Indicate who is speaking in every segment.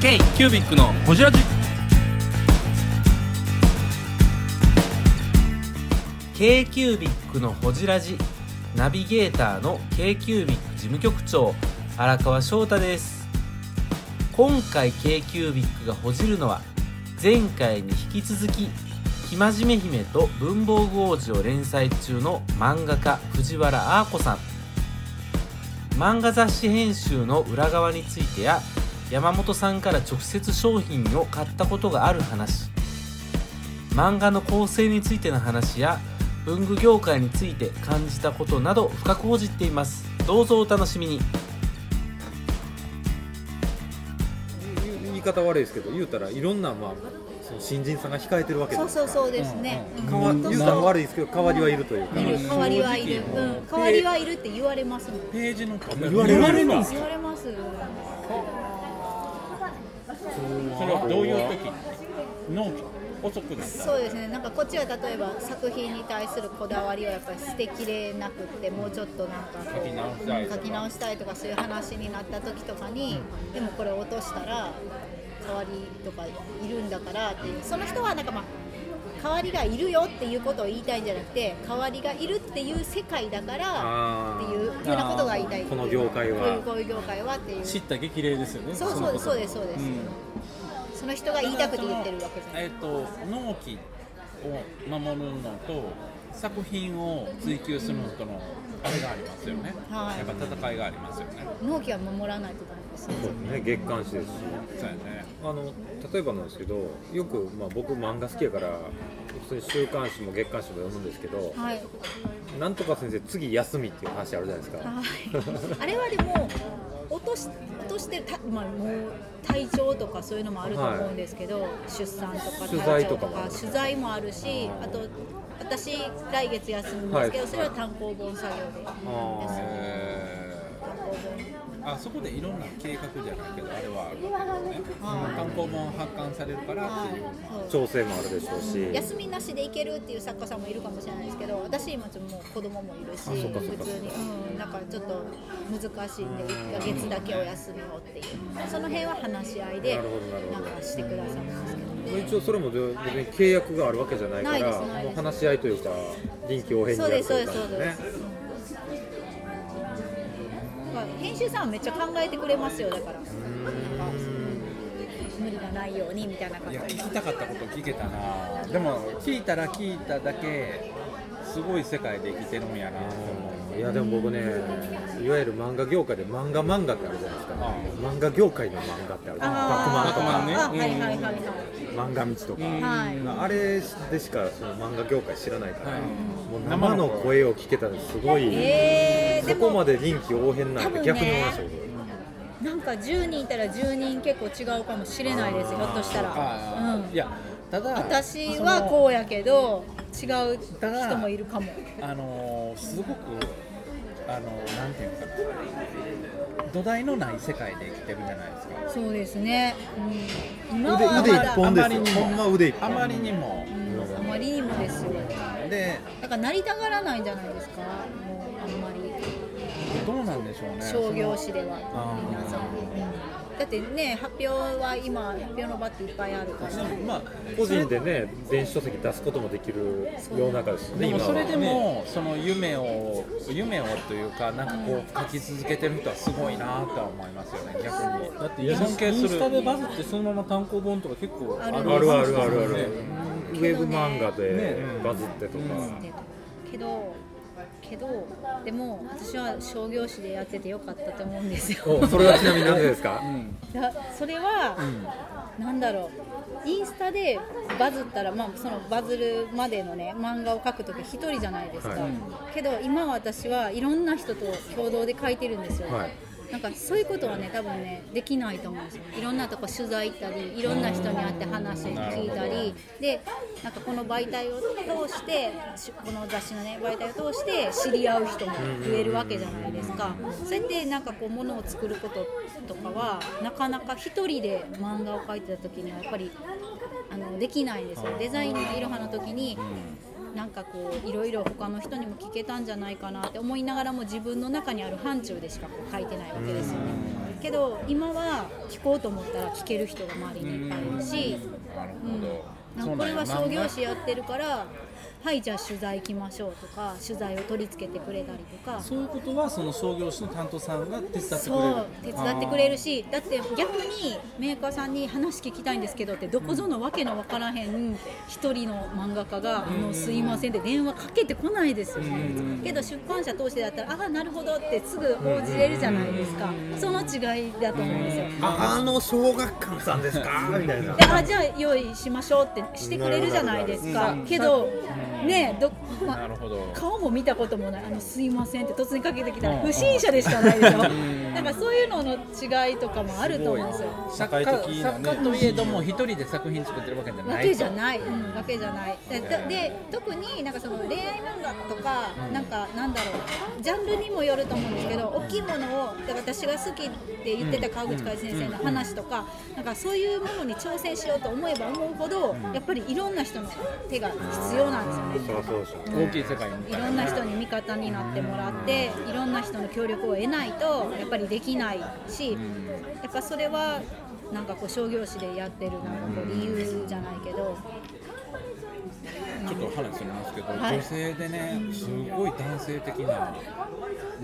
Speaker 1: ケイキュービックのホジラジ
Speaker 2: ケイキュービックのホジラジナビゲーターの k キュービック事務局長荒川翔太です今回 k キュービックがほじるのは前回に引き続き「生真面目姫」と「文房具王子」を連載中の漫画家藤原あーこさん漫画雑誌編集の裏側についてや山本さんから直接商品を買ったことがある話漫画の構成についての話や文具業界について感じたことなど深く報じっていますどうぞお楽しみに
Speaker 3: 言言い方悪いですけど言うたらいろんな、まあ、その新人さんが控えてるわけ
Speaker 4: そう
Speaker 3: です
Speaker 4: そうそうですね。
Speaker 3: かわ
Speaker 4: うん
Speaker 3: 言うたら悪いですけど代わりはいるというか、
Speaker 4: いる代わりはいる。うん、代わりはいるって言われますもん。
Speaker 1: ページの
Speaker 3: 言われる
Speaker 1: の
Speaker 4: 言われます。
Speaker 1: それはどういう時に納期遅くなった
Speaker 4: そうですね。なんかこっちは例えば作品に対するこだわりをやっぱり捨てきれなくって、もうちょっとなんかこう
Speaker 1: 書き直したいとか
Speaker 4: 書き直したいとかそういう話になった時とかに、でもこれ落としたら代わりとかいるんだからっていう。その人はなんかまあ。代わりがいるよっていうことを言いたいんじゃなくて代わりがいるっていう世界だから
Speaker 3: あ
Speaker 4: っ
Speaker 3: ー
Speaker 4: ていうようなことが言いたい
Speaker 3: この業界は
Speaker 4: こういうこういう業界はっていう
Speaker 1: 知った激励ですよね
Speaker 4: そうそうそうですそうです、その人が言いたくて言ってるわけじゃない
Speaker 1: えっ、と納期を守るのと作品を追求するのとのあれがありますよね、
Speaker 4: はい
Speaker 1: やっぱ戦いがありますよね
Speaker 4: 納期は守らないとダメですね
Speaker 3: ね、月刊誌ですし
Speaker 1: そうやね
Speaker 3: あの例えばなんですけどよく、まあ、僕漫画好きやから普通に週刊誌も月刊誌も読むんですけど
Speaker 4: はい
Speaker 3: なんとか先生次休みっていう話あるじゃないですか
Speaker 4: はいあれはでも落とし落としてた、まあ、もう体調とかそういうのもあると思うんですけど、出産とか
Speaker 3: 取
Speaker 4: 体
Speaker 3: 材
Speaker 4: 調
Speaker 3: と
Speaker 4: と
Speaker 3: か
Speaker 4: か
Speaker 3: も
Speaker 4: 取材もあるしあと私来月休むんですけど、
Speaker 3: はい
Speaker 4: それは単行本作業でです
Speaker 1: え
Speaker 4: 単行
Speaker 1: ーあそこでいろんな計画じゃないけどあれはあるね
Speaker 4: 本はい
Speaker 1: 単行本発刊されるからっていう
Speaker 4: はいそう
Speaker 3: 調整もあるでしょうし
Speaker 4: 休みなしで行けるっていう作家さんもいるかもしれないですけど私今ちょっともう子供もいるし
Speaker 3: あそっかそっ
Speaker 4: 普
Speaker 3: か
Speaker 4: 通にうんだからちょっと難しいんで1ヶ月だけお休みをっていうその辺は話し合いで
Speaker 3: なるほどなるほ
Speaker 4: な
Speaker 3: ど
Speaker 4: んかしてくださいますけどね
Speaker 3: 一応それも別に契約があるわけじゃないか
Speaker 4: ないで
Speaker 3: ら
Speaker 4: すないです
Speaker 3: もう話し合いというか臨機応変に
Speaker 4: そ
Speaker 3: や
Speaker 4: う
Speaker 3: って
Speaker 4: で
Speaker 3: る
Speaker 4: すそうです
Speaker 3: 感
Speaker 4: そう
Speaker 3: じ
Speaker 4: で
Speaker 3: ね
Speaker 4: す、うんなんか編集さんはめっちゃ考えてくれますよだからなんか無理がないようにみたいな感
Speaker 1: い
Speaker 4: じ
Speaker 1: や聞きたかったこと聞けたなでも聞いたら聞いただけすごい世界で生きてるんやなと思
Speaker 3: いやでも僕ね、いわゆる漫画業界で漫画漫画ってあるじゃないですか、漫画業界の漫画ってあるじゃないですか、バックマン
Speaker 4: あーはいはいはいはい
Speaker 3: とか、漫画道とか、
Speaker 4: はい、
Speaker 3: あれでしかその漫画業界知らないから、
Speaker 1: はい
Speaker 3: もう生の声を聞けたらすごい、
Speaker 4: えー、で
Speaker 3: そこ
Speaker 4: も
Speaker 3: まで臨機応変なんて逆に思いましたよ、
Speaker 4: なんか10人いたら10人結構違うかもしれないですよひょっとしたら、う
Speaker 1: う、
Speaker 4: ん、
Speaker 1: いやただ
Speaker 4: 私はこうやけど違う人もいるかも
Speaker 1: うあのーすごくあのーなんていうのかな土台のない世界で生きてるじゃないですか
Speaker 4: そうですね、うん、今
Speaker 3: 腕
Speaker 4: は
Speaker 3: 腕
Speaker 4: ま
Speaker 3: 一
Speaker 4: だ
Speaker 3: 本です
Speaker 1: あまりに
Speaker 3: よ、
Speaker 1: も
Speaker 3: ほんま腕一
Speaker 1: あ
Speaker 3: 本、
Speaker 1: まりにも
Speaker 4: うんあまりにもですよ
Speaker 1: で
Speaker 4: だからなりたがらないんじゃないですかもうあんまり
Speaker 1: どうなんでしょうね
Speaker 4: 商業誌では
Speaker 1: あー
Speaker 4: 皆さんうんだってね発表は今発表の場っていっぱいあるから
Speaker 1: そのでもまあ
Speaker 3: 個人でね、電子書籍出すこともできる世の中ですよ
Speaker 1: で
Speaker 3: ね、
Speaker 1: も
Speaker 3: 今
Speaker 1: それで
Speaker 3: は。
Speaker 1: もその夢を夢をというかなんかこう書き続けてる人はすごいなとは思いますよね逆に
Speaker 5: だって
Speaker 1: いや
Speaker 5: イン
Speaker 1: 尊敬する
Speaker 5: インスタでバズってそのまま単行本とか結構
Speaker 4: ある
Speaker 3: あ
Speaker 4: も
Speaker 3: るあるあるある、
Speaker 5: ね
Speaker 3: ウェブ漫画でバズってとか。
Speaker 4: けどけどでも私は商業誌でやっててよかったと思うんですよ
Speaker 3: おそれはちなみに何でですか
Speaker 4: だそれは、なんだろうインスタでバズったら、まあ、そのバズるまでのね漫画を描く時一人じゃないですか、
Speaker 3: はい
Speaker 4: けど今私はいろんな人と共同で描いてるんですよ、
Speaker 3: はい
Speaker 4: なんかそういうことはね多分ねできないと思うんですよいろんなとこ取材行ったりいろんな人に会って話聞いたりでなんかこの媒体を通してしこの雑誌のね媒体を通して知り合う人も増えるわけじゃないですかそうやってなんかこうものを作ることとかはなかなか一人で漫画を描いてた時にはやっぱりあのできないんですよデザインのいろはの時になんかこういろいろ他の人にも聞けたんじゃないかなって思いながらも自分の中にある範疇でしかこう書いてないわけですよね。けど今は聞こうと思ったら聞ける人が周りにいっぱいいるし、
Speaker 1: なる
Speaker 4: う
Speaker 1: ほ
Speaker 4: ん
Speaker 1: ど、
Speaker 4: なん
Speaker 1: そ
Speaker 4: かこ
Speaker 1: うなん
Speaker 4: れ
Speaker 1: や
Speaker 4: は商業誌
Speaker 1: 漫
Speaker 4: やってるからはいじゃあ取材行きましょうとか取材を取り付けてくれたりとか
Speaker 5: そういうことはその商業誌の担当さんが手伝ってくれる
Speaker 4: そう手伝ってくれるしだって逆にメーカーさんに話聞きたいんですけどってどこぞのわけのわからへん一人の漫画家が「あのすいません」って電話かけてこないですよねけど出版社通してだったら「ああなるほど」ってすぐ応じれるじゃないですかその違いだと思うんですよ
Speaker 3: ああの小学館さんです かみたいな
Speaker 4: であじゃあ用意しましょうってしてくれるじゃないですかけどねえど、
Speaker 1: 画な
Speaker 4: ま
Speaker 1: るほど
Speaker 4: 顔も見たこともない「あのすいません」って突然かけてきた
Speaker 1: うん
Speaker 4: ら不審者でしかないでしょ なんかそういうのの違いとかもあると思うんですよ
Speaker 5: 社会的なね
Speaker 1: 作家といえども一人で作品作ってるわけじゃない
Speaker 4: わけじゃない、うん、わけじゃないででで特になんかその恋愛漫画とか、なんかなんだろうジャンルにもよると思うんですけど大きいものをだから私が好きって言ってた川口海先生の話とか、なんかそういうものに挑戦しようと思えば思うほど、やっぱりいろんな人の手が必要なんですよね。
Speaker 3: そうそうそう
Speaker 1: 大きい世界み
Speaker 4: い
Speaker 1: た
Speaker 4: ろ
Speaker 1: いなん
Speaker 4: な人に味方になってもらっていろんな人の協力を得ないとやっぱりできないしやっぱそれはなんかこう商業誌でやってるなんかこう理由じゃないけど
Speaker 1: ちょっと話しますけど、
Speaker 4: はい
Speaker 1: 女性でねすごい男性的な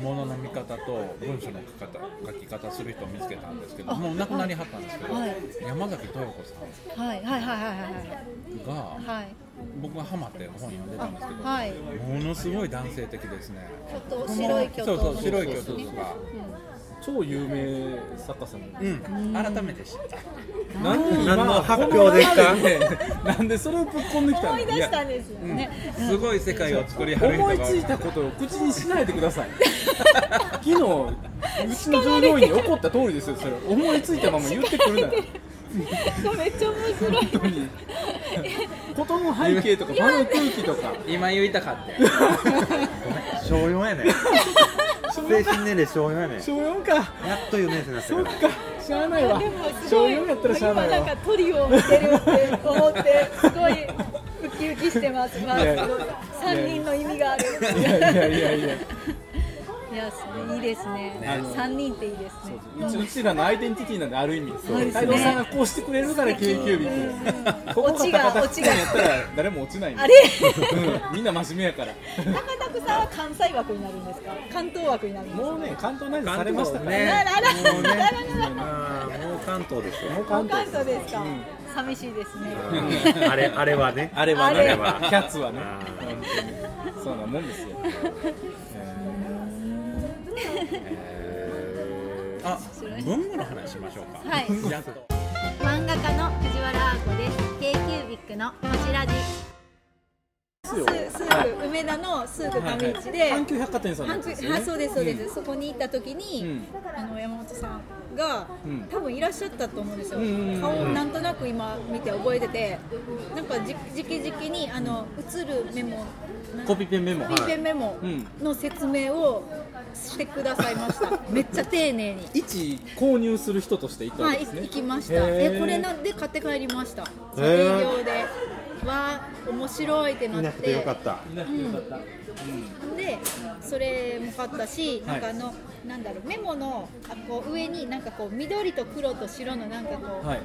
Speaker 1: ものの見方と文章の書き方書き方する人を見つけたんですけど
Speaker 4: あ
Speaker 1: もう亡くなりはったんですけど、
Speaker 4: はい
Speaker 1: 山崎豊子さん
Speaker 4: はいはいはいはい
Speaker 1: が、
Speaker 4: はいはい
Speaker 1: 僕がハマって本読んでたんですけど、
Speaker 4: あはい
Speaker 1: ものすごい男性的ですね
Speaker 4: ちょっと白い巨頭
Speaker 1: そうそう白い巨頭と
Speaker 4: ね
Speaker 1: か、
Speaker 5: 超有名作家さん
Speaker 1: うん、改めて知った
Speaker 5: なんで今
Speaker 3: 何の発表ですか
Speaker 5: この流れでなんでそれをぶっこんできたの
Speaker 4: 思い出したんですよね
Speaker 1: すごい世界を作りはる人が
Speaker 5: 思いついたことを口にしないでください 昨日うちの従業員に怒った通りですよそれ思いついたまま言ってくるな
Speaker 4: そうめっちゃ面白い
Speaker 5: 本当に事の背景とか場の空気と か
Speaker 1: 今言いたかった
Speaker 3: 小4やねん精神年齢小4やねん
Speaker 5: 小4か
Speaker 3: やっと4年生になった
Speaker 5: そ
Speaker 3: か
Speaker 5: っ
Speaker 3: ら
Speaker 5: かしゃあないわ
Speaker 4: でもす
Speaker 5: 小
Speaker 4: ごい
Speaker 5: 4やったらしゃ
Speaker 4: 今
Speaker 5: あない
Speaker 4: なん
Speaker 5: わ
Speaker 4: かトリオを見てるって思ってすごいウキウキしてますまあ
Speaker 5: いやいや
Speaker 4: 3人の意味がある
Speaker 5: いやいやいやいや
Speaker 4: いや、いいですね。三人っていいですね。
Speaker 5: うちうちらのアイデンティティなんである意味
Speaker 4: うですね
Speaker 5: 太郎さんがこうしてくれるから研究日ここが
Speaker 4: 落ちが
Speaker 5: 高田さんやったら誰も落ちないんで
Speaker 4: あれ、
Speaker 5: うんみんな真面目やから
Speaker 4: 高田区さんは関西枠になるんですか。関東枠になるんですか。
Speaker 5: もうね関東ナイズされましたから
Speaker 4: あ
Speaker 5: ね
Speaker 4: らあら、
Speaker 3: もうね
Speaker 4: あららら
Speaker 3: あーもう関東ですよ
Speaker 5: もう
Speaker 4: 関
Speaker 5: 関東
Speaker 4: 東ですか。寂しいですね。
Speaker 3: あれあれはね
Speaker 5: あれは
Speaker 4: あ
Speaker 5: ね
Speaker 4: れ
Speaker 3: は
Speaker 5: キャッツはね
Speaker 3: あー
Speaker 5: 本当にそうなもんですよ
Speaker 1: あ文具の話しましょうか
Speaker 4: はい
Speaker 1: やっと
Speaker 4: 漫画家の藤原あ子です。K キュービックのこちらです。す、すぐ梅田のすぐ
Speaker 5: はい
Speaker 4: 上市で。
Speaker 5: 阪急百貨店さんのや
Speaker 4: ハン
Speaker 5: つ
Speaker 4: ク
Speaker 5: ですよ
Speaker 4: あ
Speaker 5: ね
Speaker 4: そうですそうです、そこに行った時に、
Speaker 5: うん
Speaker 4: あの山本さんが、
Speaker 5: うん
Speaker 4: 多分いらっしゃったと思うんですよ、
Speaker 5: うんうんうん
Speaker 4: 顔をなんとなく今見て覚えててなんかじじきじきにあの映るメモなん
Speaker 5: コピペメモ
Speaker 4: コピペメモ
Speaker 5: うん
Speaker 4: の説明をしてくださいました、めっちゃ丁寧に。
Speaker 5: 一購入する人としていたん
Speaker 4: はい、
Speaker 5: ですね
Speaker 4: 行きました。
Speaker 5: へー
Speaker 4: え、これなんで買って帰りました。
Speaker 3: へ
Speaker 4: 家
Speaker 3: ー
Speaker 4: 庭用で、わー、面白いってなっ
Speaker 3: い
Speaker 4: て。
Speaker 3: なくてよかった
Speaker 5: いなくてよかった
Speaker 4: でそれも買ったし、
Speaker 5: はい
Speaker 4: なんかあのなんだろうメモのあこう上になんかこう緑と黒と白のなんかこう、
Speaker 5: はい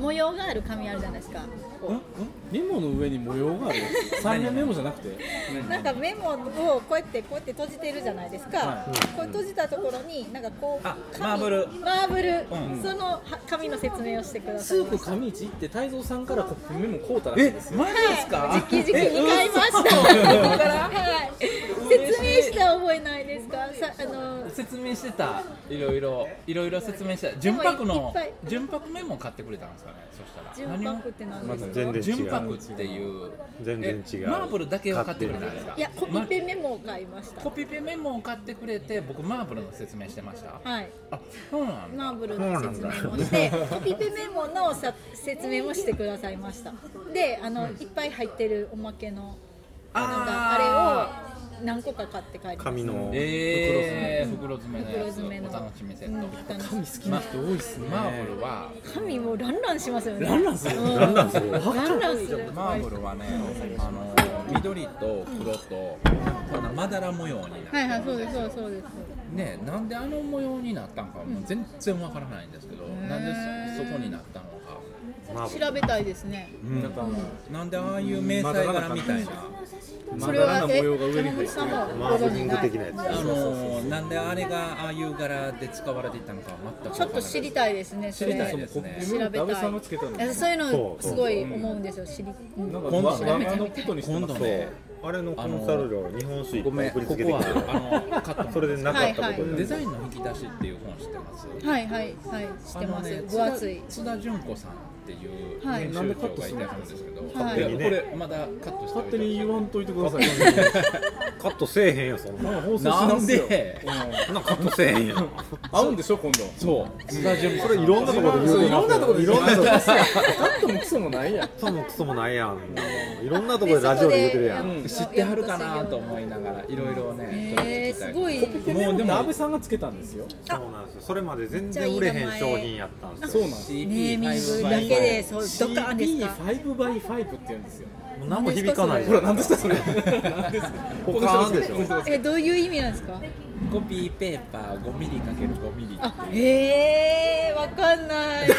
Speaker 4: 模様がある紙あるじゃないですか。
Speaker 5: んんメモの上に模様があるやつ三連メモじゃなくて
Speaker 4: なんかメモをこうやってこうやって閉じてるじゃないですか。
Speaker 5: は
Speaker 4: こう閉じたところになんかこう
Speaker 1: あ
Speaker 4: 紙
Speaker 1: マーブル
Speaker 4: マーブル、
Speaker 1: うん
Speaker 4: そのは紙の説明をしてくださ
Speaker 5: ス
Speaker 4: い
Speaker 5: ー
Speaker 4: ま
Speaker 5: プ
Speaker 4: した。
Speaker 5: 上市行って太蔵さんからコピペメモ買うたらしいですよ
Speaker 1: マジですか、
Speaker 4: じきじきに買いました。はい。説明した覚えないですか。さあの
Speaker 1: 説明してたいろいろいろいろ説明してた純白
Speaker 4: いっ
Speaker 1: の
Speaker 4: ぱい
Speaker 1: 純白メモ買ってくれたんですかねそしたら
Speaker 4: 純白って何ですか。
Speaker 3: 全然違う
Speaker 1: 純白っていう
Speaker 3: 全然違う
Speaker 1: えマーブルだけを買ってくれたんですか
Speaker 4: いやコピペメモを買いました
Speaker 1: ま。コピペメモを買ってくれて僕マーブルの説明してました
Speaker 4: はい。
Speaker 1: あそうなんだ
Speaker 4: マーブルの説明もして、コピペメモのさ説明もしてくださいました。で、あの、いっぱい入ってるおまけのなんか
Speaker 1: あ
Speaker 4: あれを何個か買って帰りました。
Speaker 3: 紙の
Speaker 1: えー、袋詰めのや
Speaker 4: 袋
Speaker 1: つ
Speaker 4: 詰めの
Speaker 1: お楽しみセット、
Speaker 4: うん楽しみ
Speaker 5: 好きな人多いっすね
Speaker 1: マーブルは
Speaker 4: 紙もランランしますよね。
Speaker 5: ランランする
Speaker 4: うん
Speaker 3: なんなんそれ
Speaker 4: ランランする。
Speaker 1: マーブルはね、あの緑と黒と、このまだら模様になって、
Speaker 4: はいはいそうですそうですそうです
Speaker 1: ねなんであの模様になったんかもう全然わからないんですけど、
Speaker 4: ん
Speaker 1: なんでそそこになったのか、
Speaker 3: マーブル
Speaker 4: 調べたいですね
Speaker 1: なんかなんでああいう迷彩柄みたいな、
Speaker 4: それは
Speaker 3: まだらな
Speaker 4: え
Speaker 3: 模様が上に
Speaker 4: 山
Speaker 3: 入
Speaker 4: 本
Speaker 3: って
Speaker 4: さんも
Speaker 3: マー
Speaker 4: ご
Speaker 3: ブ
Speaker 4: 存
Speaker 3: リ
Speaker 4: 知
Speaker 3: ング
Speaker 4: ない
Speaker 3: 的なやつ
Speaker 1: あのなんであれがああいう柄で使われていたのかは全く
Speaker 4: ちょっと知りたいですねそれ
Speaker 1: 知りたいですね
Speaker 4: 調べ
Speaker 5: 安倍
Speaker 4: た
Speaker 5: さんがつけたの
Speaker 4: いいやそういうのすごい思うんですよ知りうん
Speaker 5: なんか
Speaker 1: 今度
Speaker 5: わ漫画のことにして
Speaker 1: 今
Speaker 5: ま
Speaker 1: 度
Speaker 5: す
Speaker 1: ね
Speaker 3: あれのコンサル料日本史
Speaker 1: ごめん
Speaker 3: 送
Speaker 1: こ
Speaker 3: り
Speaker 1: こ
Speaker 3: つけてきた
Speaker 1: はあのカット
Speaker 3: それでなかったこと
Speaker 1: デ
Speaker 3: で
Speaker 1: ザインの引き出しっていう本知ってます
Speaker 4: はいはいはい知ってま
Speaker 1: あの
Speaker 4: す
Speaker 1: ね
Speaker 4: 分厚い
Speaker 1: 津田津田純子さんっていう
Speaker 4: はい
Speaker 1: 編集長がいたんですけど、
Speaker 4: はい
Speaker 1: いや
Speaker 3: 勝手にね
Speaker 1: これまだカットしておい
Speaker 5: 勝
Speaker 1: て
Speaker 5: 手
Speaker 1: ほし
Speaker 5: に
Speaker 1: い
Speaker 5: 言わんといてください
Speaker 3: カットせえへんよそんな
Speaker 5: なんか放送し
Speaker 1: な
Speaker 5: ま
Speaker 1: ん
Speaker 5: すよ
Speaker 1: で
Speaker 3: そんなカットせえへんよ
Speaker 5: 合うんでしょ今度
Speaker 1: そう津田純子さん
Speaker 3: それいろんなところで言う
Speaker 5: そういろんなところで
Speaker 3: いろんなとこ
Speaker 5: カットもクソもないやん
Speaker 3: クソもクソもないやんいろんなところでラジオで言うてるやん
Speaker 5: うん
Speaker 1: 知ってはるかなと思いながらいろいろねちょっと
Speaker 4: えー、
Speaker 1: 聞きた
Speaker 4: す
Speaker 1: い
Speaker 4: ごい
Speaker 5: も
Speaker 1: も
Speaker 5: うで
Speaker 1: う
Speaker 5: も
Speaker 1: でも
Speaker 5: 安倍さんがつけたんですよ
Speaker 3: そうなんですよそれまで全然売れへん商品やったんです
Speaker 5: そう
Speaker 3: よ
Speaker 5: なんです
Speaker 4: ネーミング
Speaker 1: CP
Speaker 4: だけでそうドカーンですか
Speaker 5: CP5x5 って言うんですよ
Speaker 3: もう何も響かない
Speaker 5: ほら何です かそれ何ですか
Speaker 3: ポカーンでしょ
Speaker 4: えどういう意味なんですか
Speaker 1: コピーペーパー 5mm×5mm
Speaker 4: あえー、わかんない
Speaker 3: っ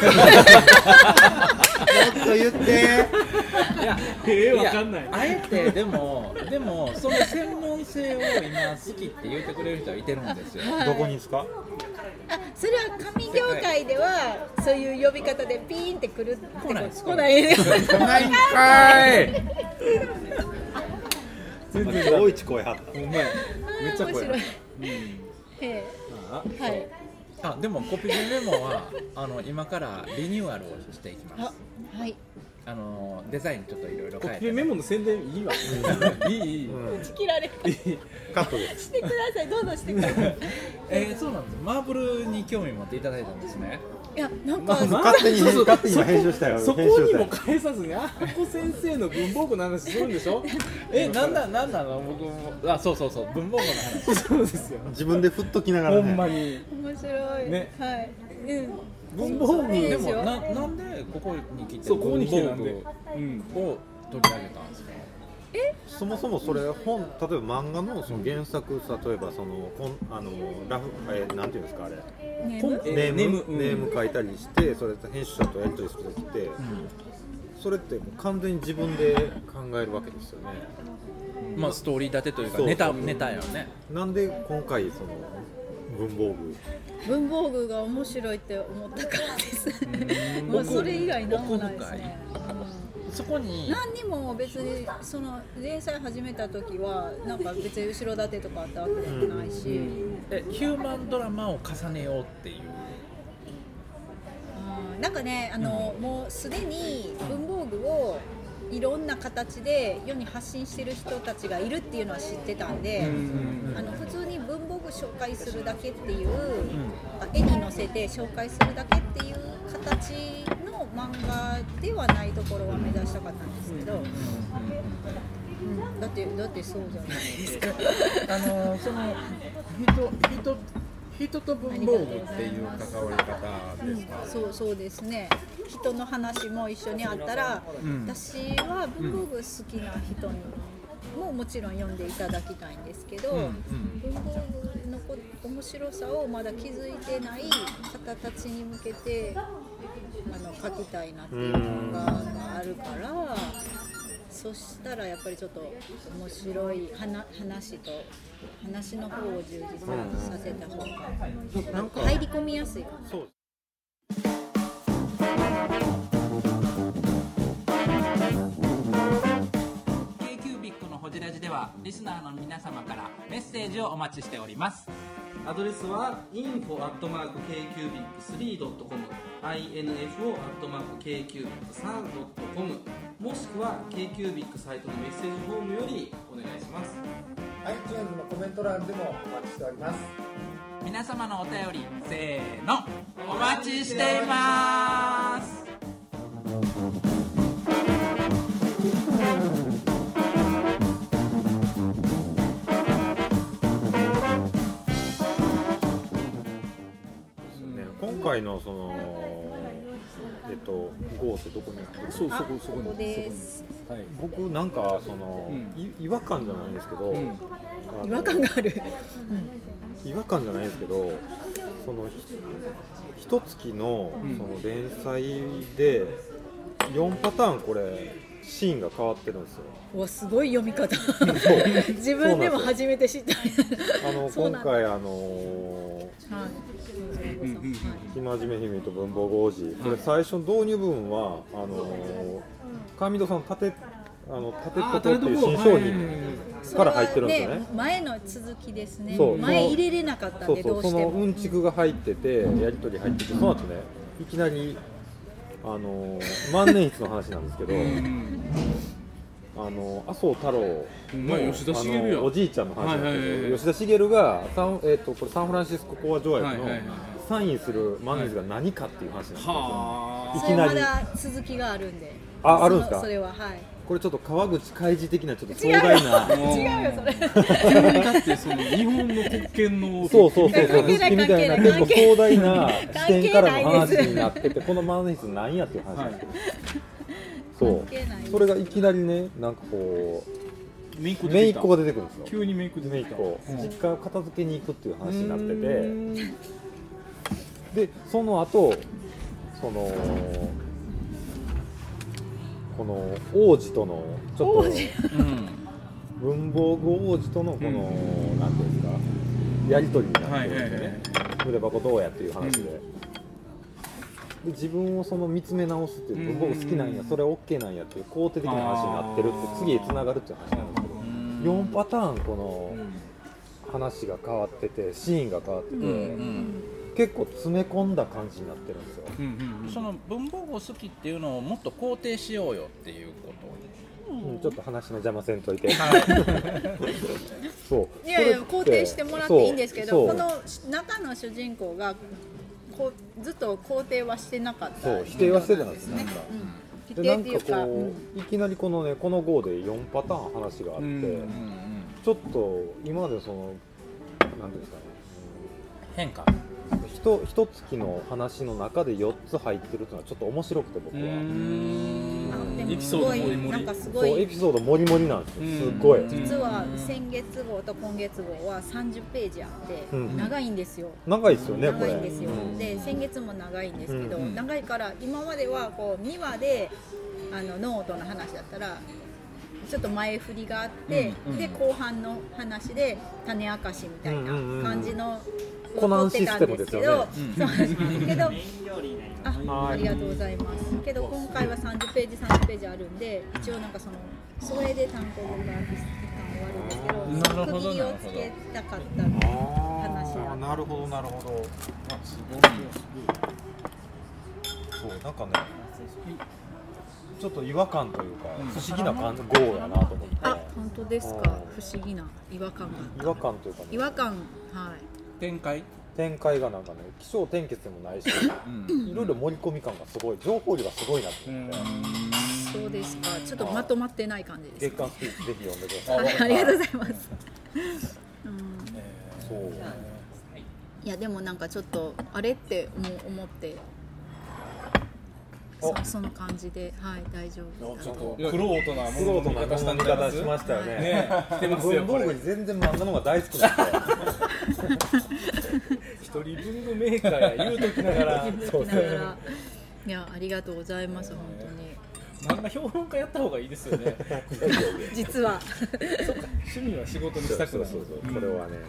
Speaker 3: と言って
Speaker 1: いや
Speaker 5: えー
Speaker 1: や
Speaker 5: わかんない
Speaker 1: あえてでもでもその専門性を今好きって言ってくれる人はいてるんですよ
Speaker 3: どこにですか
Speaker 4: あそれは紙業界ではそういう呼び方でピーンってくるってこと
Speaker 1: 来ないです
Speaker 4: 来ないね
Speaker 3: ないんかい
Speaker 5: 全然
Speaker 3: 大一声張った
Speaker 5: お前めっちゃ怖い
Speaker 4: 面白いえ
Speaker 5: あ
Speaker 4: えはい
Speaker 1: あでもコピペメモはあの今からリニューアルをしていきます
Speaker 4: あはい
Speaker 1: あのデザインちょっといろいろ
Speaker 5: コ
Speaker 1: 変え
Speaker 5: ピペ
Speaker 1: て
Speaker 5: メモの宣伝いいわいいいい
Speaker 3: うん
Speaker 4: 切られる
Speaker 3: カットです
Speaker 4: してくださいどんどんしてください
Speaker 1: えー、そうなんですマーブルに興味持っていただいたんですね
Speaker 4: いやなんか、
Speaker 5: まあ
Speaker 3: 勝手に
Speaker 5: そうそう
Speaker 3: 勝手に今編集したよ
Speaker 5: そこ
Speaker 3: 編集し
Speaker 5: に
Speaker 3: た
Speaker 5: も
Speaker 3: よ
Speaker 5: 返さずにあーこ先生の文房具の話するんでし ょ
Speaker 1: えなんだなんだの僕もあそうそうそう文房具の話
Speaker 5: そうですよ
Speaker 3: 自分で振っときなが
Speaker 5: ほ
Speaker 3: ら
Speaker 5: んま
Speaker 3: ね
Speaker 5: に
Speaker 4: 面白い、
Speaker 5: ね
Speaker 4: はい、うん、
Speaker 5: 文房具
Speaker 4: いい
Speaker 1: で
Speaker 4: です
Speaker 1: も
Speaker 4: よ
Speaker 1: ななんでここに来て
Speaker 5: そうここに来てなんで
Speaker 1: 文房
Speaker 5: うん
Speaker 1: 具を取り上げたんですか
Speaker 3: そもそもそれ本例えば漫画のその原作例えばそのこんあのラフえーなんていうんですかあれ
Speaker 4: ね
Speaker 5: コン
Speaker 3: ネ
Speaker 5: え
Speaker 3: ーム
Speaker 5: ネームうん
Speaker 3: ネーム書いたりしてそれと編集者とやり取りするときって、それってもう完全に自分で考えるわけですよね
Speaker 1: まあストーリー立てというか
Speaker 3: そう
Speaker 1: ネタネタやね
Speaker 3: なんで今回その文房具
Speaker 4: 文房具が面白いって思ったからです。もうそれ以外なんもないですね。
Speaker 1: そこ
Speaker 4: う
Speaker 1: に
Speaker 4: ん何にも別にその連載始めた時はなんか別に後ろ盾とかあったわけでもないし、
Speaker 1: えヒューマンドラマを重ねようっていう
Speaker 4: うんなんかねあの、もうすでに文房具をいろんな形で世に発信してる人たちがいるっていうのは知ってたんで。あの普通に文房具紹介するだけっていう、絵に載せて紹介するだけっていう形の漫画ではないところは目指したかったんですけど、うんだってだってそうじゃないですか
Speaker 1: あのその人人人と文房具っていう関わり方ですか、
Speaker 4: そうそうですね人の話も一緒にあったら、
Speaker 1: ん
Speaker 4: 私は文房具好きな人にももちろん読んでいただきたいんですけど、
Speaker 1: うん
Speaker 4: 文房具のこ面白さをまだ気づいてない方たちに向けてあの書きたいなっていうのががあるからそしたらやっぱりちょっと面白い話話と話の方を充実させた方
Speaker 3: なんか
Speaker 4: が入り込みやすいかな。
Speaker 3: そう
Speaker 6: ケイキュービックのホジラジではリスナーの皆様からメッセージをお待ちしております。
Speaker 7: アドレスは info.kcubic3.com info.kcubic3.com もしくは KQBIC サイトのメッセージフォームよりお願いします
Speaker 8: iTunes のコメント欄でもお待ちしております
Speaker 6: 皆様のお便り、せーの、お待ちしています。
Speaker 3: ですよね今回のそのえっとゴーストどこに
Speaker 5: そう
Speaker 4: あ
Speaker 5: そこそこに
Speaker 4: ここです
Speaker 5: そこにはい
Speaker 3: 僕なんかその、
Speaker 5: うん
Speaker 3: い違和感じゃないんですけど、
Speaker 5: うん
Speaker 3: あの
Speaker 9: 違和感がある
Speaker 3: 違和感じゃないですけどそのひ一月の
Speaker 5: うん
Speaker 3: その連載で4パターンこれシーンが変わってるんですよ
Speaker 9: うわすごい読み方
Speaker 3: う
Speaker 9: 自分でも初めて知った
Speaker 3: あの
Speaker 9: そうな
Speaker 3: 今
Speaker 9: んだ
Speaker 3: 回あの
Speaker 9: はい
Speaker 5: うんうん
Speaker 3: 「生真面目姫と文房具王子」これ最初の導入部分はあの神戸さんの盾あの盾
Speaker 5: あ
Speaker 3: っ
Speaker 5: あ
Speaker 3: こ
Speaker 5: タレ
Speaker 3: と
Speaker 5: ン
Speaker 3: って
Speaker 5: トボ
Speaker 3: いう
Speaker 5: ー
Speaker 3: 新商品から入ってるんですよ
Speaker 4: それ
Speaker 3: ね
Speaker 4: は前の続きですね
Speaker 3: そう
Speaker 4: 前入れれなかったん
Speaker 3: そう
Speaker 4: で
Speaker 3: そ
Speaker 4: ど
Speaker 3: う
Speaker 4: う
Speaker 3: そ
Speaker 4: して
Speaker 3: の
Speaker 4: も
Speaker 3: うんちくが入っててやり取り入っててその後ねいきなりあのー万年筆の話なんですけどあの麻生太郎
Speaker 5: まあ吉田茂や
Speaker 3: あのおじいちゃんの話なんです
Speaker 5: は
Speaker 3: けど、
Speaker 5: いはいはいはい
Speaker 3: 吉田茂がサン、えっとこれサンフランシスコ講和条約の
Speaker 5: はいはいはいはい
Speaker 3: サインする万年筆が何かっていう話なんですよ、
Speaker 5: はあ
Speaker 3: い
Speaker 4: そ
Speaker 3: き
Speaker 4: れ
Speaker 3: な
Speaker 4: ま
Speaker 3: り
Speaker 4: だ続きがあるんで
Speaker 3: ああるんですか
Speaker 4: そのそれははい
Speaker 3: これちょっと川口開示的なちょっと壮
Speaker 9: 違う
Speaker 3: 大な
Speaker 9: よ違うよそれ
Speaker 5: 急にだってその日本の国権の
Speaker 3: そうそうそうそう、
Speaker 9: 関係ない
Speaker 3: みたいな
Speaker 9: 関係な
Speaker 3: 結
Speaker 9: い
Speaker 3: 構壮大な視点か
Speaker 9: 関係な
Speaker 3: らの
Speaker 9: い
Speaker 3: 話
Speaker 9: です
Speaker 3: になってて、この万年筆なんやっていう話なんですけど、そう
Speaker 4: 関係ないです
Speaker 3: それがいきなりね、なんかこ
Speaker 5: メイク
Speaker 3: う、
Speaker 5: 出
Speaker 3: めい
Speaker 5: て
Speaker 3: っ
Speaker 5: きた
Speaker 3: 子が出てくるんですよ、
Speaker 5: 急にメイク出
Speaker 3: めい
Speaker 5: て
Speaker 3: っ
Speaker 5: きた
Speaker 3: 子、
Speaker 5: うん
Speaker 3: 実家を片付けに行くっていう話になってて、で、その後そのこの王子との、ちょっと、文房具王子とのこの、なんていうんですか、やり取りになってるんですよ
Speaker 5: はい
Speaker 3: ね。
Speaker 5: はいはい
Speaker 3: 筆箱どうやっていう話で,、で自分をその見つめ直すっていう文房具好きなんや、それ OK なんやっていう肯定的な話になってるって次へ繋がるっていう話なんですけど、4パターンこの話が変わっててシーンが変わってて、結構詰め込んだ感じになってるんですよ
Speaker 5: うんうんうん
Speaker 1: その文房具好きっていうのをもっと肯定しようよっていうこと
Speaker 3: うんちょっと話の邪魔せんといて。 そう。
Speaker 4: いやいや
Speaker 3: それて
Speaker 4: 肯定してもらっていいんですけ
Speaker 3: そ
Speaker 4: ど
Speaker 3: う
Speaker 4: この中の主人公がこうずっと肯定はしてなかった
Speaker 3: そう否定はしてたんですね。
Speaker 4: 否
Speaker 3: でな
Speaker 4: 定っ
Speaker 3: ん
Speaker 4: ていう
Speaker 3: か
Speaker 4: かう
Speaker 3: こ
Speaker 4: ん
Speaker 3: ういきなりこのねこの号で4パターン話があって、ちょっと今までそのなんていうんですかね。
Speaker 1: 変化
Speaker 3: ひと一月の話の中で4つ入ってるっていうのはちょっと面白くて僕は、
Speaker 4: で
Speaker 5: エ
Speaker 4: も
Speaker 5: ピ
Speaker 4: す
Speaker 5: ソード
Speaker 4: ご
Speaker 5: もり
Speaker 4: い
Speaker 5: も
Speaker 4: なん
Speaker 5: り
Speaker 4: かす
Speaker 3: そ
Speaker 4: ご
Speaker 3: うエ
Speaker 4: い
Speaker 3: ピソードもりもりなんですよ、
Speaker 5: うん
Speaker 3: すごい、
Speaker 5: うん
Speaker 4: 実は先月号と今月号は30ページあっ
Speaker 3: う
Speaker 4: て
Speaker 3: ん
Speaker 4: 長いんですよ
Speaker 3: 長いですよねこ
Speaker 4: 長
Speaker 3: れ
Speaker 4: いんですよで先月も長いんですけど
Speaker 3: うん
Speaker 4: 長いから今まではこう2話であのノートの話だったらちょっと前振りがあって
Speaker 1: うんうん
Speaker 4: で後半の話で種明かしみたいな感じの
Speaker 3: うんコナンシステムですよね
Speaker 4: を取ってたんですけどそうけどあありがとうございますけど今回は30ページ30ページあるんで一応なんかそのそれで単行本が一巻終わるんですけ
Speaker 1: なる
Speaker 4: ど
Speaker 1: ほど
Speaker 4: 区切りをつけたかったんで話
Speaker 3: あー
Speaker 4: が
Speaker 3: なるほどなるほどそうなんかねちょっと違和感というか不思議な感号やなと思って
Speaker 9: あ本当です
Speaker 3: うん
Speaker 9: か不思議な違和感が
Speaker 3: 違和感というかね
Speaker 9: 違和感はい
Speaker 1: 展開
Speaker 3: 展開がなんかね起承転結でもないしいろいろ盛り込み感がすごい情報量がすごいなって思って
Speaker 9: そうですかちょっとまとまってない感じです
Speaker 3: 月刊スピーチぜひ読んでください
Speaker 9: はいありがとうござい ますうん
Speaker 3: そう
Speaker 9: いやでもなんかちょっとあれって思う思ってそその感じではい大丈夫
Speaker 5: ちょっとクロートな
Speaker 3: 素
Speaker 5: も
Speaker 3: 人
Speaker 5: の
Speaker 3: な
Speaker 5: の見方した
Speaker 3: 物
Speaker 5: ん
Speaker 3: の
Speaker 5: じ
Speaker 3: 見
Speaker 5: ゃないです
Speaker 3: 方しましたよね
Speaker 5: ねえ来てますよこ
Speaker 3: 文房
Speaker 5: れ
Speaker 3: 具に全然漫画の方が大好きなんで
Speaker 5: 一人文具メーカーや言うときながら
Speaker 9: 聞きながらいやありがとうございます本当に
Speaker 5: 漫画評論家やった方がいいですよ ね
Speaker 9: 実は
Speaker 5: 趣味は仕事にしたく
Speaker 3: そう
Speaker 5: な
Speaker 3: そう
Speaker 5: い
Speaker 3: そうこれはね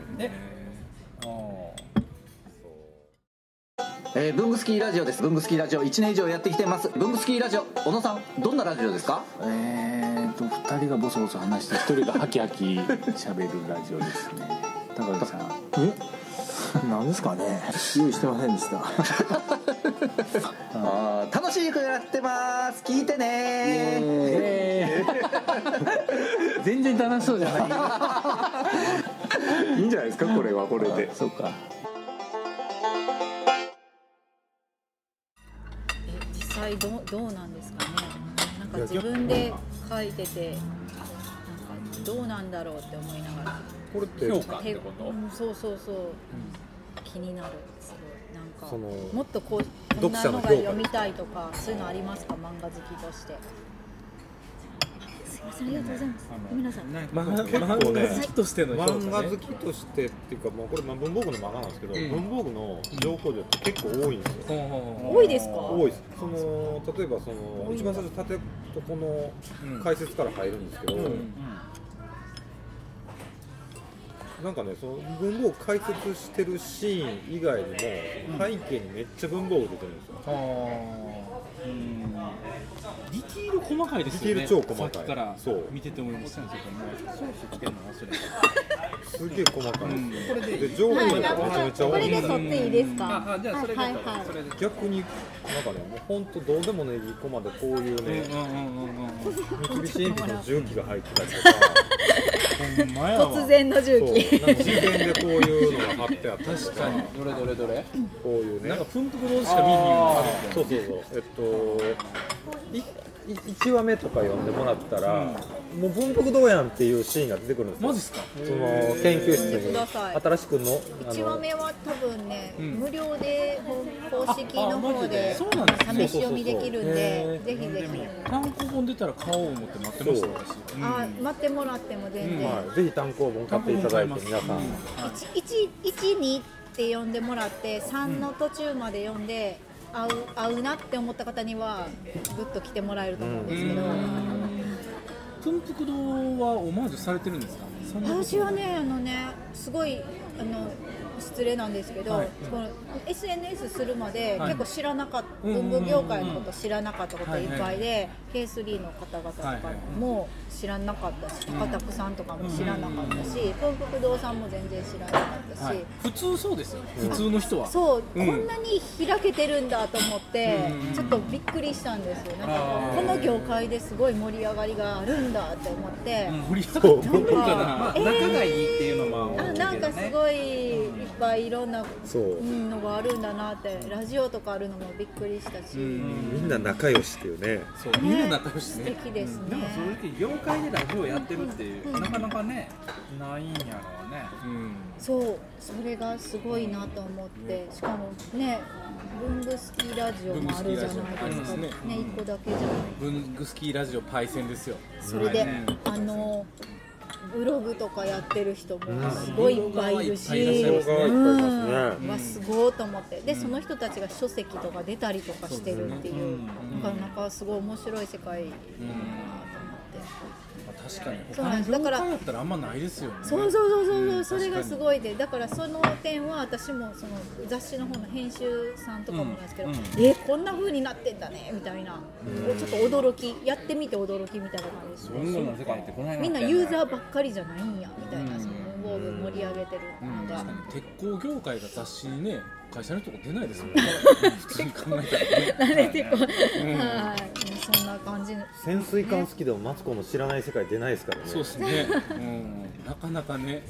Speaker 10: えー、ブングスキーラジオですブングスキーラジオ1年以上やってきてますブングスキーラジオ小野さんどんなラジオですか
Speaker 11: えーと2人がボソボソ話して1人がハキハキ喋るラジオですね高木さんえなんですかね用意してませんで した
Speaker 10: あー楽しい曲やってます聞いてね
Speaker 11: えー、全然楽しそうじゃないいいんじゃないですかこれはこれでそうか
Speaker 4: え実際どうどうなんですかねなんか自分で書いててなんかどうなんだろうって思いながら
Speaker 3: これって
Speaker 1: 評価ってこと
Speaker 4: うんそうそうそう、気になるすごいなんか
Speaker 3: その
Speaker 4: もっとこうこん
Speaker 3: 読
Speaker 4: な
Speaker 3: 者
Speaker 4: の
Speaker 3: の
Speaker 4: が
Speaker 3: 評価
Speaker 4: 読みたいとかそういうのありますか漫画好きとしてすいませんありがとうございますごめんなさい
Speaker 3: ま
Speaker 5: 結構ね漫画好きとしての評価ね
Speaker 3: 漫画好きとしてっていうかもうこれまあ文房具の漫画なんですけど、
Speaker 5: うん
Speaker 3: 文房具の情報量って結構多いんですよ、
Speaker 4: 多いですか
Speaker 3: 多いですその例えばその一番最初縦とこの解説から入るんですけど、なんかねその文房具解説してるシーン以外にも背景にめっちゃ文房具出てるんですよ、
Speaker 5: ディティール細かいですよね
Speaker 3: ディティール超細かい
Speaker 5: さっきから
Speaker 3: そう
Speaker 5: 見てて思いましたけどもソースつけるの忘れ
Speaker 3: すげえ細かい、
Speaker 5: うん
Speaker 3: これで上下がめちゃめちゃ多いんですよ
Speaker 4: かあじゃあそれで、はいはい、
Speaker 3: 逆になんかねもうほんとどうでもねぎこまでこういうね、三菱鉛筆の重機が入ってたりとか
Speaker 9: 突然の重機
Speaker 3: そうなん か事件でこういうのが貼ってあったりと
Speaker 5: 確かにどれどれどれ
Speaker 3: こういうね
Speaker 5: なんか奮闘同士しか見に行かない
Speaker 3: そうそうそうえっといい1話目とか読んでもらったら、もう文福堂やんっていうシーンが出てくるんですよマジっすかその
Speaker 5: へー
Speaker 3: 研究室
Speaker 4: 見てくださ
Speaker 3: に
Speaker 4: い
Speaker 3: 新しくのあ
Speaker 4: 1話
Speaker 3: の
Speaker 4: 目は多分ね、
Speaker 3: うん
Speaker 4: 無料で公公式の方で
Speaker 5: ああマジでそうなんですね
Speaker 4: 試し読みできるんでぜひぜひ、
Speaker 5: 単行本出たら買おう思って待ってました私うん
Speaker 4: あ待ってもらっても全然、
Speaker 3: はい、ぜひ単行本買っていただいて皆さん、
Speaker 4: 12って呼んでもらって3の途中まで読んで、合う合うなって思った方にはグッと来てもらえると思うんですけど、
Speaker 5: 奮闘堂はオマージュされてるんですかそんなこと
Speaker 4: 私はねあのねすごいあの失礼なんですけど、
Speaker 5: はい
Speaker 4: この SNS するまで、
Speaker 5: はい
Speaker 4: 結構知らなかった
Speaker 5: うんうんうん
Speaker 4: 文
Speaker 5: うん
Speaker 4: 具業界のこと知らなかったこと
Speaker 5: はいい
Speaker 4: っ
Speaker 5: はい
Speaker 4: ぱいで、K3 の方々と
Speaker 5: はい
Speaker 4: か
Speaker 5: はい
Speaker 4: も知らなかったし、
Speaker 5: うん
Speaker 4: 高田さんとかも知らなかったし文福堂さんも全然知らなかったし、
Speaker 5: はい普通そうですよね普通の人は
Speaker 4: そう、
Speaker 5: ん
Speaker 4: こんなに開けてるんだと思って、
Speaker 5: うんうんうん
Speaker 4: ちょっとびっくりしたんですよなん
Speaker 5: あ
Speaker 4: か
Speaker 5: ー
Speaker 4: この業界ですごい盛り上がりがあるんだって思って、
Speaker 5: 盛り上がってるのか
Speaker 4: まあえ
Speaker 5: な
Speaker 4: ー仲がい
Speaker 5: いっていうのも
Speaker 4: あなんかすごいいっぱいいろんな
Speaker 3: そう
Speaker 4: うんのがあるんだなってラジオとかあるのもびっくりしたし、
Speaker 3: みんな仲良しっていうね
Speaker 5: そう
Speaker 4: みんな仲良しね素敵ですね
Speaker 1: でもそれって業界でラジオやってるっていう、なかなかねないんやろうね、
Speaker 4: そうそれがすごいなと思ってしかもね文具スキーラジオもあるじゃない
Speaker 5: 文具スキーラジオあり
Speaker 4: で
Speaker 5: ますす
Speaker 4: か
Speaker 5: ね
Speaker 4: ね一個だけじゃない
Speaker 5: 文具スキーラジオパイセンですよ
Speaker 4: それで、
Speaker 5: ね
Speaker 4: あのブログとかやってる人もすごいいっぱいいるし、
Speaker 5: うんいっぱいいらっしゃいますね
Speaker 4: うん
Speaker 5: うん
Speaker 4: わすごいと思ってでその人たちが書籍とか出たりとかしてるっていう
Speaker 5: うん
Speaker 4: なかなかすごい面白い世界だなと思
Speaker 5: まあ確かに
Speaker 4: そう
Speaker 5: 他の
Speaker 4: なんです
Speaker 5: 業界だったらあんまないですよね
Speaker 4: って、そうそうそうそうそうそれがす
Speaker 5: い
Speaker 4: ごいでだからその点は私もその雑誌の方の編集さんとかもなんですけど、
Speaker 5: うんうん
Speaker 4: えこんな風になってんだねみたいな、
Speaker 1: うん
Speaker 4: ちょっと驚きやってみて驚きみたいな感じです
Speaker 1: 文具の世界ってこない
Speaker 4: みんな
Speaker 1: って
Speaker 4: ユーザーばっかりじゃないんやみたいな、
Speaker 5: うん
Speaker 4: その文房具盛り上げてるのが、
Speaker 5: 鉄鋼業界が雑誌にね会社の人が出ないです もんね普通に考えたら
Speaker 4: 慣 れてこう、
Speaker 5: うん
Speaker 4: はいそんな感じの
Speaker 3: 潜水艦好きでもマツコの知らない世界出ないですからね
Speaker 5: そうですね、うん、なかなかね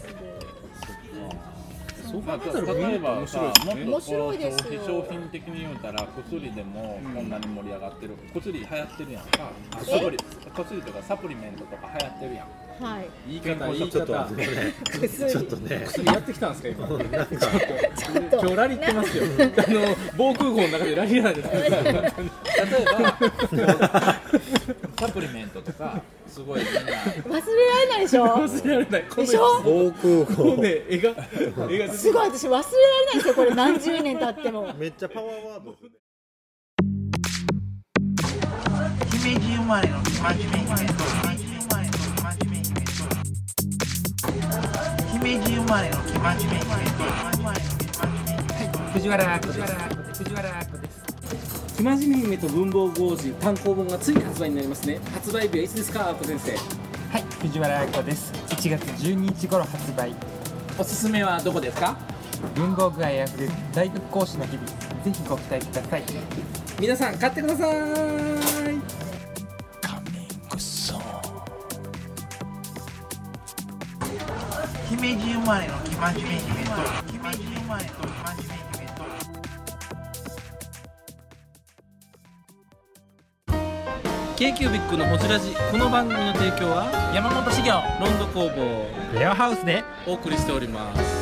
Speaker 5: そう考えたら
Speaker 1: 例えばさ、もっと
Speaker 5: ね
Speaker 1: こう消費商品的に言うたら、薬でもこんなに盛り上がってる、薬流行ってるやんか、薬薬とかサプリメントとか流行ってるやん。
Speaker 4: はい
Speaker 5: 言い方言い方
Speaker 3: ちょっと待って ね
Speaker 5: 薬
Speaker 3: ちょっとね
Speaker 5: 薬やってきたんですか今ちょっと
Speaker 4: と
Speaker 5: 今日ラリってますよあの防空壕の中でラリらないです例え
Speaker 1: サプリメントとか、すごいみんな、
Speaker 4: 忘れられないでしょ
Speaker 5: 忘れられないこの
Speaker 4: でしょ
Speaker 3: 防空
Speaker 5: もうね絵が絵が
Speaker 4: すごい私忘れられないですよこれ何十年経っても
Speaker 3: めっちゃパワーワード
Speaker 12: 姫路生まれの生真面目姫と姫路生まれの生真面目姫と
Speaker 7: 藤原子です藤原子です生真面目姫と文房具王子単行本がついに発売になりますね発売日はいつですかアーコ先生はい藤原子です1月12日頃発売おすすめはどこですか文房具愛あふれる大学講師の日々ぜひご期待ください皆さん買ってください
Speaker 12: 姫路生まれの生真面目姫と姫路生まれの生真面目姫と
Speaker 2: 京急ビックのホジラジこの番組の提供は山本資源ロンド工房レアハウスでお送りしております